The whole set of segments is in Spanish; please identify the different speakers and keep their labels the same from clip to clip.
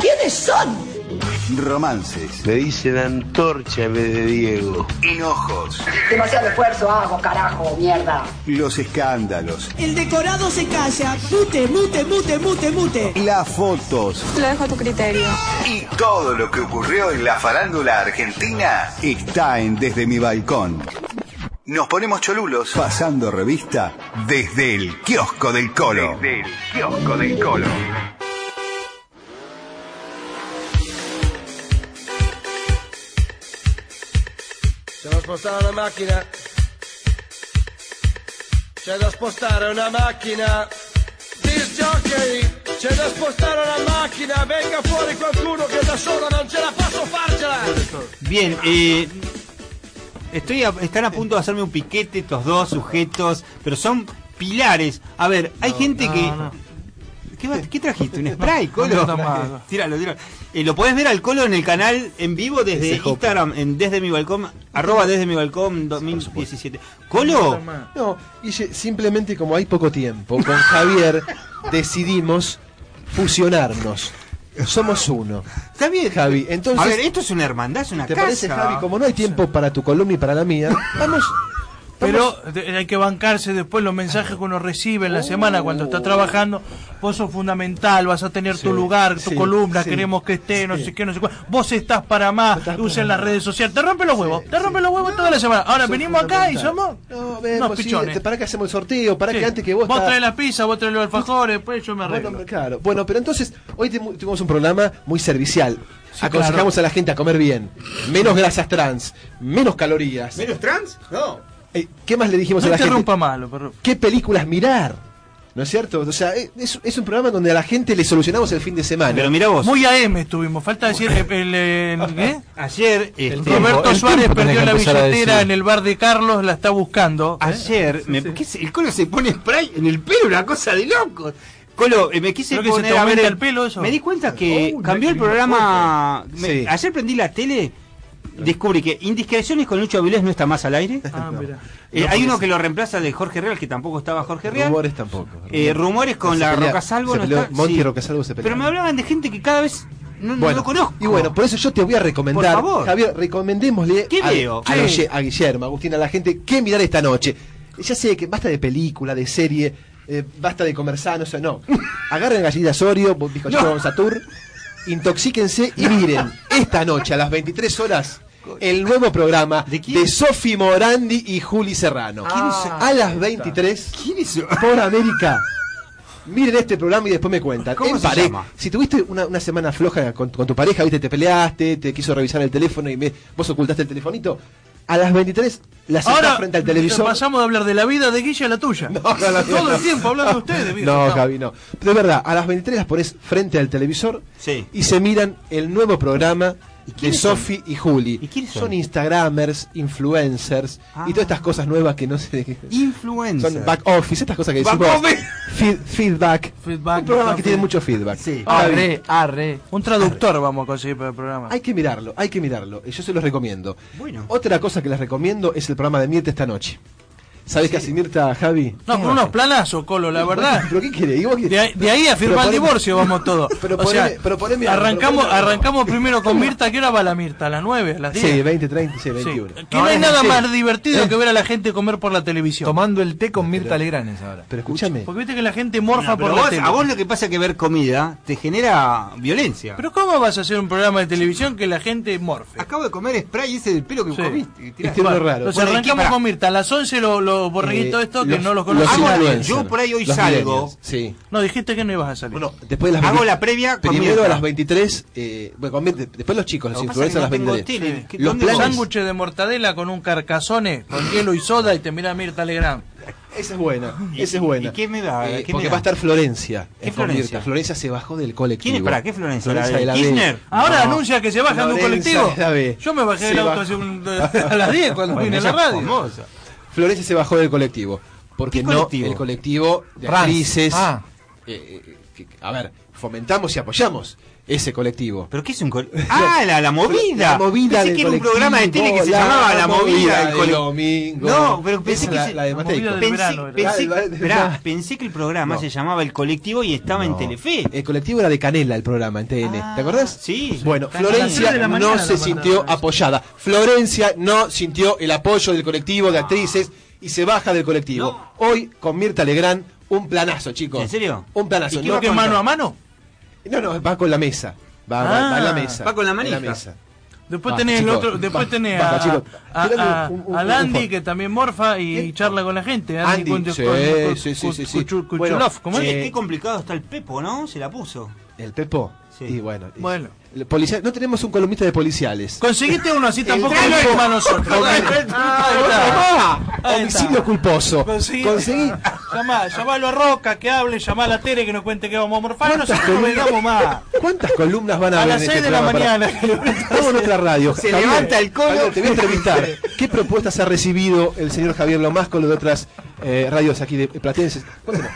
Speaker 1: ¿Quiénes son?
Speaker 2: Romances.
Speaker 3: Me dicen antorcha en vez de Diego.
Speaker 2: Enojos.
Speaker 1: Demasiado esfuerzo hago, carajo, mierda.
Speaker 2: Los escándalos.
Speaker 4: El decorado se calla. Mute, mute, mute, mute, mute.
Speaker 2: Las fotos.
Speaker 5: Lo dejo a tu criterio.
Speaker 2: Y todo lo que ocurrió en la farándula argentina está en Desde mi balcón. Nos ponemos cholulos. Pasando revista desde el kiosco del colo. Desde el kiosco del colo.
Speaker 6: Siamo spostare una macchina. C'è da spostare una macchina. Disc jockey, c'è da spostare una macchina. Venga fuori qualcuno che da solo non ce la posso farcela.
Speaker 7: Bien, eh, estoy a- están a punto de hacerme un piquete estos dos sujetos, pero son pilares. A ver, hay gente que... ¿Qué, va- qué trajiste? ¿Un spray, Colo?
Speaker 8: no, no.
Speaker 7: Tíralo, tíralo. Eh, lo podés ver al Colo en el canal en vivo desde
Speaker 8: Ese Hopi.
Speaker 7: Instagram, en desde mi balcón, arroba desde mi balcón 2017. Colo,
Speaker 8: No, y ye- simplemente como hay poco tiempo, con Javier decidimos fusionarnos. Somos uno.
Speaker 7: está bien.
Speaker 8: Javi, entonces-
Speaker 7: A ver, esto es una hermandad, es una
Speaker 8: ¿Te
Speaker 7: casa.
Speaker 8: parece, Javi? Como no hay tiempo para tu columna y para la mía, vamos.
Speaker 9: Pero de- hay que bancarse después los mensajes que uno recibe en la semana cuando está trabajando. Vos sos fundamental, vas a tener tu lugar, tu
Speaker 8: sí,
Speaker 9: columna,
Speaker 8: sí,
Speaker 9: queremos que esté, no sé qué, no sé cuál. Vos estás para más, usen las redes sociales. Te rompen los huevos, te rompen los huevos toda la semana. Ahora venimos acá y somos
Speaker 8: No,
Speaker 9: unos
Speaker 8: vemos, sí,
Speaker 9: pichones.
Speaker 8: te- para que hacemos el sorteo, para
Speaker 9: Sí.
Speaker 8: que antes que vos. estás-
Speaker 9: traes la pizza, vos traes los alfajores, después yo me arreglo.
Speaker 8: Bueno, claro. Bueno, pero entonces, hoy temu- tuvimos un programa muy servicial. Aconsejamos
Speaker 9: claro.
Speaker 8: a la gente a comer bien. Menos grasas trans, menos calorías.
Speaker 7: ¿Menos trans? No.
Speaker 8: Eh, ¿Qué más le dijimos
Speaker 9: no
Speaker 8: a la
Speaker 9: te
Speaker 8: gente?
Speaker 9: rompa malo, perro.
Speaker 8: qué películas mirar. ¿No es cierto? O sea, eh, es, es un programa donde a la gente le solucionamos el fin de semana.
Speaker 7: Pero mira vos.
Speaker 9: Muy AM estuvimos, falta decir el, el- el- ¿eh?
Speaker 7: Ayer, este,
Speaker 9: Roberto
Speaker 8: tiempo
Speaker 9: Suárez
Speaker 8: tenés
Speaker 9: perdió
Speaker 8: que
Speaker 9: la
Speaker 8: empezar a
Speaker 9: billetera
Speaker 8: decir.
Speaker 9: en el bar de Carlos, la está buscando.
Speaker 7: Ayer, me- ¿qué se- el Colo se pone spray en el pelo, una cosa de loco. Colo, eh, me quise
Speaker 9: Creo que se te
Speaker 7: poner a ver
Speaker 9: aumenta el pelo, eso.
Speaker 7: Me di cuenta que
Speaker 8: Oh,
Speaker 7: cambió el
Speaker 8: no,
Speaker 7: programa. me-
Speaker 8: Sí.
Speaker 7: Ayer prendí la tele, descubrí que Indiscreciones con Lucho Avilés no está más al aire.
Speaker 9: Ah, mira.
Speaker 7: Eh, hay uno que lo reemplaza de Jorge Real, que tampoco estaba Jorge Real.
Speaker 8: Rumores tampoco.
Speaker 7: Eh, rumores con
Speaker 8: Se
Speaker 7: la
Speaker 8: pelea-
Speaker 7: Roca Salvo.
Speaker 8: se
Speaker 7: no
Speaker 8: peleó-
Speaker 7: está-
Speaker 8: Monty
Speaker 7: sí.
Speaker 8: Rocasalvo se peleó.
Speaker 7: Pero me hablaban de gente que cada vez no, no
Speaker 8: Bueno,
Speaker 7: lo conozco.
Speaker 8: Y bueno, por eso yo te voy a
Speaker 7: Por
Speaker 8: recomendar,
Speaker 7: favor.
Speaker 8: Javier, recomendémosle
Speaker 7: ¿Qué
Speaker 8: a,
Speaker 7: veo?
Speaker 8: a
Speaker 7: ¿Qué?
Speaker 8: Guille- a Guillermo, Agustín, a la gente, qué mirar esta noche. Ya sé que basta de película, de serie, eh, basta de comer sano, o sea, no. Agarren gallinas Oreo, bo- dijo
Speaker 7: No.
Speaker 8: yo Satur, intoxíquense y miren esta noche a las 23 horas el nuevo programa
Speaker 7: ¿De
Speaker 8: de,
Speaker 7: quién?
Speaker 8: Sofi Morandi y Juli Serrano. a las 23 por América. Miren este programa y después me cuentan.
Speaker 7: ¿Cómo
Speaker 8: En
Speaker 7: se
Speaker 8: pare-
Speaker 7: llama?
Speaker 8: Si tuviste una, una semana floja con, con tu pareja, viste, te peleaste, te quiso revisar el teléfono y me- vos ocultaste el telefonito, a las 23 la sentás
Speaker 9: Ahora
Speaker 8: frente al televisor.
Speaker 9: pasamos de hablar de la vida de Guilla a la tuya.
Speaker 8: no, no,
Speaker 9: Todo
Speaker 8: no.
Speaker 9: el tiempo hablando de ustedes. viejo.
Speaker 8: No, Javi, no. De verdad, a las 23 las pones frente al televisor
Speaker 7: Sí.
Speaker 8: y se miran el nuevo programa de
Speaker 7: quiénes
Speaker 8: Sofi y Juli.
Speaker 7: ¿Y quiénes son?
Speaker 8: Instagramers, influencers
Speaker 7: Ah.
Speaker 8: y todas estas cosas nuevas que no sé.
Speaker 7: Influencer.
Speaker 8: Son back office, estas cosas que decís
Speaker 7: Back
Speaker 8: vos.
Speaker 7: office.
Speaker 8: Feed- feedback.
Speaker 9: Feedback,
Speaker 8: Un programa
Speaker 9: no,
Speaker 8: que tiene
Speaker 9: feed-
Speaker 8: mucho feedback.
Speaker 7: Sí.
Speaker 8: Javi,
Speaker 9: Arre, arre. ah, Un traductor vamos a conseguir para el programa.
Speaker 8: Hay que mirarlo, hay que mirarlo. y Yo se los recomiendo.
Speaker 7: Bueno.
Speaker 8: Otra cosa que les recomiendo es el programa de Mirta esta noche. ¿Sabés qué hace Mirta, Javi?
Speaker 9: no, con unos planazos, Colo, la verdad.
Speaker 8: ¿Pero qué quiere? ¿Y vos qué-
Speaker 9: De ahí, de ahí a
Speaker 8: Pero
Speaker 9: firmar el
Speaker 8: poneme-
Speaker 9: divorcio vamos todos.
Speaker 8: Pero
Speaker 9: o sea,
Speaker 8: poneme- pero poneme algo,
Speaker 9: arrancamos,
Speaker 8: pero poneme algo.
Speaker 9: arrancamos primero con Mirta. ¿Qué hora va la Mirta? ¿A las 9? ¿A las 10?
Speaker 8: Sí, 20, 30, sí,
Speaker 9: Sí.
Speaker 8: 21.
Speaker 9: Que no, hay
Speaker 8: es
Speaker 9: nada
Speaker 8: así.
Speaker 9: más
Speaker 8: Eh,
Speaker 9: divertido que ver a la gente comer por la televisión.
Speaker 6: Tomando el té con Mirta Legranes ahora.
Speaker 8: Pero escúchame.
Speaker 9: Porque viste que la gente morfa
Speaker 7: Pero
Speaker 9: por la
Speaker 7: vos-
Speaker 9: tele.
Speaker 7: a vos lo que pasa es que ver comida te genera violencia.
Speaker 9: Pero ¿cómo vas a hacer un programa de televisión que la gente morfe?
Speaker 7: Acabo de comer spray ese del pelo que
Speaker 9: Este. Sí.
Speaker 7: comiste.
Speaker 8: Este es lo raro.
Speaker 9: Entonces
Speaker 7: Bueno, ¿y qué
Speaker 9: arrancamos
Speaker 7: para?
Speaker 9: con Mirta. A las 11 los los borreguitos
Speaker 8: Eh,
Speaker 9: estos que no los
Speaker 7: los
Speaker 9: conocemos.
Speaker 7: Hago-
Speaker 8: influencers,
Speaker 7: yo por ahí hoy
Speaker 8: los
Speaker 7: salgo.
Speaker 8: millennials, Sí.
Speaker 9: No, dijiste que no ibas a salir.
Speaker 8: Bueno, después de las
Speaker 7: Hago
Speaker 8: 20
Speaker 7: la previa con
Speaker 8: Primero
Speaker 7: Mirta.
Speaker 8: a las 23. Eh, bueno, con Mirta- después los chicos,
Speaker 7: Lo
Speaker 8: los
Speaker 7: que pasa es que
Speaker 8: influencers a las
Speaker 7: no tengo
Speaker 8: 23.
Speaker 7: tele. ¿Qué-
Speaker 8: Los
Speaker 7: dónde
Speaker 9: un
Speaker 7: vos?
Speaker 8: planes.
Speaker 9: sándwich de mortadela con un carcazone, con hielo y soda y te mira Mirta Legrand.
Speaker 8: Esa es buena.
Speaker 7: ¿Y-
Speaker 8: Esa es buena.
Speaker 7: y qué me da?
Speaker 8: Eh,
Speaker 7: ¿Qué me
Speaker 8: porque
Speaker 7: da?
Speaker 8: va a estar Florencia.
Speaker 7: ¿Qué
Speaker 8: eh, con
Speaker 7: Florencia?
Speaker 8: Mirta. Florencia se bajó del colectivo.
Speaker 7: ¿Quién es para qué Florencia? ¿La
Speaker 8: Florencia
Speaker 7: de
Speaker 8: de la B.
Speaker 7: Kirchner?
Speaker 9: Ahora
Speaker 8: No.
Speaker 9: anuncia que se bajan de un
Speaker 8: Florencia
Speaker 9: colectivo.
Speaker 8: es la B.
Speaker 9: Yo me bajé
Speaker 8: Se
Speaker 9: del auto
Speaker 8: bajó.
Speaker 9: hace un- a las 10 cuando vine a la radio.
Speaker 8: Florencia se bajó del colectivo. Porque
Speaker 7: ¿Qué
Speaker 8: no
Speaker 7: colectivo?
Speaker 8: el colectivo de
Speaker 6: Trans.
Speaker 8: actrices.
Speaker 6: Ah.
Speaker 8: eh, eh, que- a ver, fomentamos y apoyamos ese colectivo.
Speaker 7: ¿Pero qué es un col- ¡Ah, la, la movida!
Speaker 8: La movida
Speaker 7: pensé
Speaker 8: del
Speaker 7: que era un
Speaker 8: colectivo,
Speaker 7: programa de tele que se
Speaker 8: la
Speaker 7: llamaba La Movida. del
Speaker 8: del
Speaker 7: cole-
Speaker 8: domingo.
Speaker 7: No, pero pensé
Speaker 8: Esa
Speaker 7: que
Speaker 8: la,
Speaker 7: se-
Speaker 8: la de
Speaker 9: la
Speaker 8: Mateico.
Speaker 9: movida
Speaker 7: Pensé,
Speaker 9: del verano, era.
Speaker 7: pensé-
Speaker 8: Ah, el-
Speaker 7: esperá, pensé que el programa se llamaba El Colectivo y estaba en
Speaker 8: No.
Speaker 7: Telefe. Ah,
Speaker 8: El colectivo era de Canela, el programa en TN. ¿Te acordás?
Speaker 7: sí.
Speaker 8: Bueno,
Speaker 9: Canela. Tres de
Speaker 8: Florencia
Speaker 9: la mañana
Speaker 8: no
Speaker 9: la
Speaker 8: se
Speaker 9: mandaron
Speaker 8: sintió
Speaker 9: eso.
Speaker 8: apoyada. Florencia no sintió el apoyo del colectivo de actrices y se baja del colectivo. Hoy, con Mirta Legrand, un planazo, chicos.
Speaker 7: ¿En serio?
Speaker 8: Un planazo.
Speaker 7: ¿Y qué
Speaker 8: No,
Speaker 7: va
Speaker 9: ¿Qué
Speaker 7: con-
Speaker 9: mano a mano?
Speaker 8: no, no, va con la mesa. Va, va-
Speaker 9: Ah,
Speaker 8: va en la mesa.
Speaker 7: va con la manija.
Speaker 8: mesa.
Speaker 9: Después
Speaker 8: Basta,
Speaker 9: tenés el
Speaker 8: chicos,
Speaker 9: otro, después
Speaker 8: basta,
Speaker 9: tenés
Speaker 8: basta,
Speaker 9: a,
Speaker 8: chicos.
Speaker 9: a- a-
Speaker 8: Tirame un- un- un-
Speaker 9: al Andy
Speaker 8: un-
Speaker 9: que también morfa y, charla con la gente.
Speaker 8: Andy,
Speaker 9: Andy,
Speaker 8: sí, sí, sí, sí, sí. Bueno, eh,
Speaker 9: Kuchulov, ¿cómo
Speaker 7: Che,
Speaker 9: es?
Speaker 7: qué complicado está el Pepo, ¿no? Se la puso.
Speaker 8: El Pepo.
Speaker 7: Sí.
Speaker 8: Y bueno. y-
Speaker 9: Bueno.
Speaker 8: el policial- no tenemos un columnista de policiales.
Speaker 9: Conseguiste uno así tampoco
Speaker 8: El
Speaker 9: lo
Speaker 8: Pepo.
Speaker 9: a nosotros.
Speaker 8: Ah,
Speaker 9: Ahí está.
Speaker 8: ¡Mamá!
Speaker 9: Ahí está.
Speaker 8: Homicidio culposo.
Speaker 9: Conseguí.
Speaker 8: Conseguí.
Speaker 9: Llamá, llamalo a Roca que hable, llamá a la Tere que nos cuente que vamos a morfar.
Speaker 8: ¿Cuántas
Speaker 9: Nosotros Ah, no
Speaker 8: columnas?
Speaker 9: vengamos más.
Speaker 8: ¿Cuántas columnas van a,
Speaker 9: A
Speaker 8: haber
Speaker 9: las
Speaker 8: en
Speaker 9: seis de
Speaker 8: este
Speaker 9: la
Speaker 8: programa?
Speaker 9: mañana.
Speaker 8: Pará. Estamos en otra radio.
Speaker 7: Se levanta el colo.
Speaker 8: Javier, te voy a entrevistar. ¿Qué propuestas ha recibido el señor Javier Lomás con lo de otras eh, radios aquí de Platenses? ¿Cuál era?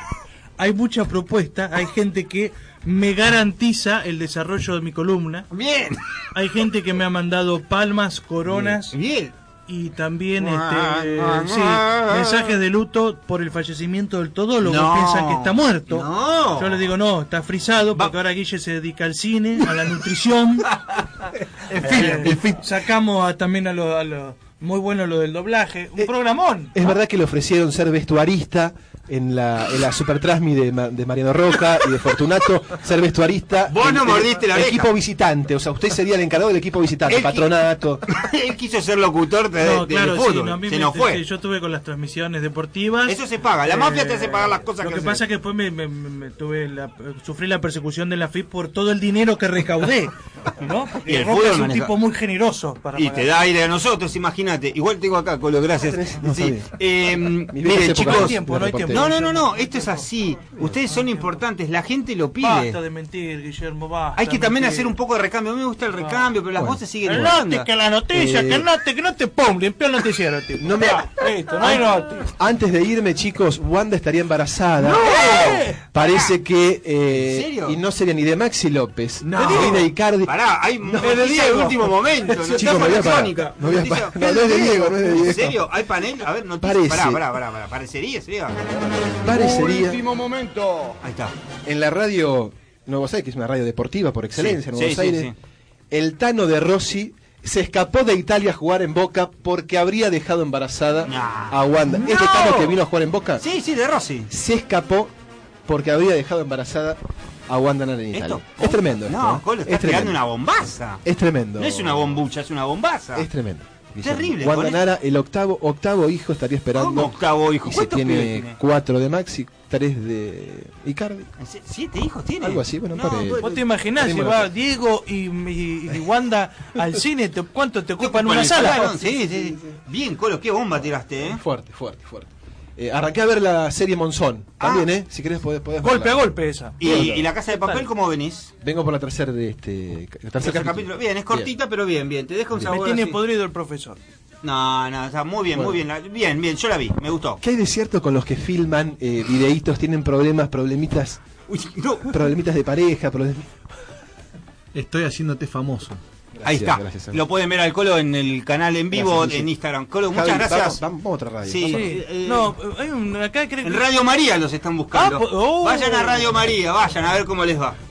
Speaker 9: Hay mucha propuesta, hay gente que me garantiza el desarrollo de mi columna.
Speaker 7: Bien,
Speaker 9: Hay gente que me ha mandado palmas, coronas
Speaker 7: bien.
Speaker 9: y también
Speaker 7: Ah,
Speaker 9: este,
Speaker 7: ah,
Speaker 9: sí,
Speaker 7: ah,
Speaker 9: mensajes de luto por el fallecimiento del todólogo.
Speaker 7: No.
Speaker 9: Piensan que está muerto.
Speaker 7: No.
Speaker 9: Yo les digo, no, está frisado porque ahora Guille se dedica al cine, a la nutrición. en fin, sacamos a- también a los... muy bueno lo del doblaje. Un
Speaker 8: Eh,
Speaker 9: programón.
Speaker 8: Es verdad que le ofrecieron ser vestuarista en la, en la Super Transmi de, Ma- de Mariano Roca y de Fortunato, ser vestuarista.
Speaker 7: Vos
Speaker 8: en-
Speaker 7: no
Speaker 8: en-
Speaker 7: mordiste la
Speaker 8: en
Speaker 7: oreja.
Speaker 8: Equipo visitante, o sea, usted sería el encargado del equipo visitante,
Speaker 7: El que-
Speaker 8: patronato.
Speaker 7: Él quiso ser locutor de,
Speaker 9: No,
Speaker 7: de
Speaker 9: claro,
Speaker 7: eh, fútbol.
Speaker 9: sí, no, a mí
Speaker 7: se
Speaker 9: me-
Speaker 7: nos fue.
Speaker 9: sí, yo estuve con las transmisiones deportivas.
Speaker 7: Eso se paga. La mafia te hace pagar las cosas
Speaker 9: Lo
Speaker 7: que,
Speaker 9: que
Speaker 7: haces.
Speaker 9: pasa es que después me, me- me- me tuve la- eh, sufrí la persecución de la FIP por todo el dinero que recaudé. ¿no?
Speaker 7: Y el
Speaker 9: Roca
Speaker 7: fútbol
Speaker 9: es un
Speaker 7: maneja-
Speaker 9: tipo muy generoso para
Speaker 7: Y
Speaker 9: pagar.
Speaker 7: te da aire a nosotros, imagínate. Igual tengo acá, Colo, gracias.
Speaker 8: No,
Speaker 7: Sí,
Speaker 8: está bien.
Speaker 7: eh, miren,
Speaker 8: Mis viejas épocas
Speaker 7: chicos.
Speaker 9: No hay tiempo, no hay tiempo.
Speaker 7: No, no, no, no, esto es así. Ustedes son importantes, la gente lo
Speaker 9: Basta
Speaker 7: pide.
Speaker 9: de mentir, Guillermo, basta.
Speaker 7: Hay que
Speaker 9: de
Speaker 7: también
Speaker 9: mentir.
Speaker 7: hacer un poco de recambio. A mí me gusta el recambio, pero las voces siguen
Speaker 9: El
Speaker 7: igual.
Speaker 9: note, que la
Speaker 7: Eh,
Speaker 9: noticia, que el note, que no te pongo, limpió el noticiero, tipo.
Speaker 8: No me-
Speaker 9: Ya, Listo, no hay note.
Speaker 8: Antes de irme, chicos, Wanda estaría embarazada. Parece que. eh,
Speaker 7: ¿En serio?
Speaker 8: Y no sería ni de Maxi López,
Speaker 7: No.
Speaker 8: ni de Ina Icardi.
Speaker 7: Pará, hay noticias de último momento. noticias
Speaker 8: Chicos, me voy a parar.
Speaker 7: electrónicas,
Speaker 8: Me voy a
Speaker 7: noticias-
Speaker 8: parar. No, no es de Diego, no es de Diego.
Speaker 7: ¿En serio? ¿Hay panel? A ver, noticias.
Speaker 8: Parece.
Speaker 7: Pará, pará, pará, pará. Parecería, sería.
Speaker 8: Parecería.
Speaker 6: momento.
Speaker 7: Ahí está.
Speaker 8: En la radio Nuevos Aires, que es una radio deportiva por excelencia
Speaker 7: Sí,
Speaker 8: en Buenos
Speaker 7: sí, sí,
Speaker 8: Aires, el Tano de Rossi se escapó de Italia a jugar en Boca porque habría dejado embarazada
Speaker 7: No.
Speaker 8: a Wanda. Este
Speaker 7: No.
Speaker 8: Tano que vino a jugar en Boca
Speaker 7: Sí, sí, de Rossi.
Speaker 8: se escapó porque habría dejado embarazada a Wanda Nara en Italia.
Speaker 7: Esto-
Speaker 8: Es tremendo. esto,
Speaker 7: No,
Speaker 8: ¿eh?
Speaker 7: Colo,
Speaker 8: es
Speaker 7: estás tirando
Speaker 8: tremendo.
Speaker 7: una bombaza.
Speaker 8: Es tremendo.
Speaker 7: No es una bombucha, es una bombaza.
Speaker 8: Es tremendo. Guillermo.
Speaker 7: Terrible,
Speaker 8: Wanda
Speaker 7: con
Speaker 8: Nara, el octavo, octavo hijo estaría
Speaker 7: ¿Cómo
Speaker 8: esperando.
Speaker 7: octavo hijo?
Speaker 8: Y se
Speaker 7: ¿Cuántos pibes
Speaker 8: tiene
Speaker 7: tiene?
Speaker 8: cuatro de Maxi, tres de Icardi.
Speaker 7: ¿Sie- ¿Siete hijos tiene?
Speaker 8: Algo así, bueno,
Speaker 7: No,
Speaker 8: pare-
Speaker 7: pues-
Speaker 9: Vos te imaginás,
Speaker 8: Tenemos
Speaker 9: llevar
Speaker 8: la-
Speaker 9: Diego y, y- y Wanda al cine, te- ¿cuánto te ocupan
Speaker 7: Bueno,
Speaker 9: una sala?
Speaker 7: salón, sí, sí, sí. Bien, Colo, qué bomba tiraste, ¿eh?
Speaker 8: Fuerte, fuerte, fuerte. Eh, arranqué a ver la serie Monzón. También,
Speaker 7: Ah.
Speaker 8: ¿eh? Si querés, podés, podés
Speaker 9: Golpe a
Speaker 8: verla.
Speaker 9: golpe esa.
Speaker 7: Y, y la casa de papel, ¿cómo venís?
Speaker 8: Vengo por la tercera de este. Tercer,
Speaker 7: Tercer capítulo. Bien, es cortita, pero bien, bien. Te deja un
Speaker 9: Me
Speaker 7: sabor.
Speaker 9: tiene
Speaker 7: así.
Speaker 9: podrido el profesor.
Speaker 7: No, no, está muy bien,
Speaker 8: Bueno.
Speaker 7: muy bien. la- Bien, bien, yo la vi, me gustó.
Speaker 8: ¿Qué hay de cierto con los que filman eh, videitos? Tienen problemas, problemitas,
Speaker 7: Uy, no.
Speaker 8: problemitas de pareja, problem-
Speaker 5: Estoy haciéndote famoso.
Speaker 7: Ahí
Speaker 8: Gracias,
Speaker 7: está.
Speaker 8: gracias, Sergio.
Speaker 7: Lo pueden ver al Colo en el canal en vivo,
Speaker 8: Gracias, Guille.
Speaker 7: en Instagram. Colo, muchas
Speaker 8: Javi,
Speaker 7: gracias.
Speaker 8: Vamos, vamos a otra radio.
Speaker 7: Sí.
Speaker 8: vamos a-
Speaker 9: Sí,
Speaker 7: eh,
Speaker 9: no, hay un, acá creo que-
Speaker 7: En Radio María los están buscando.
Speaker 9: Ah, po- oh.
Speaker 7: Vayan a Radio María, vayan a ver cómo les va.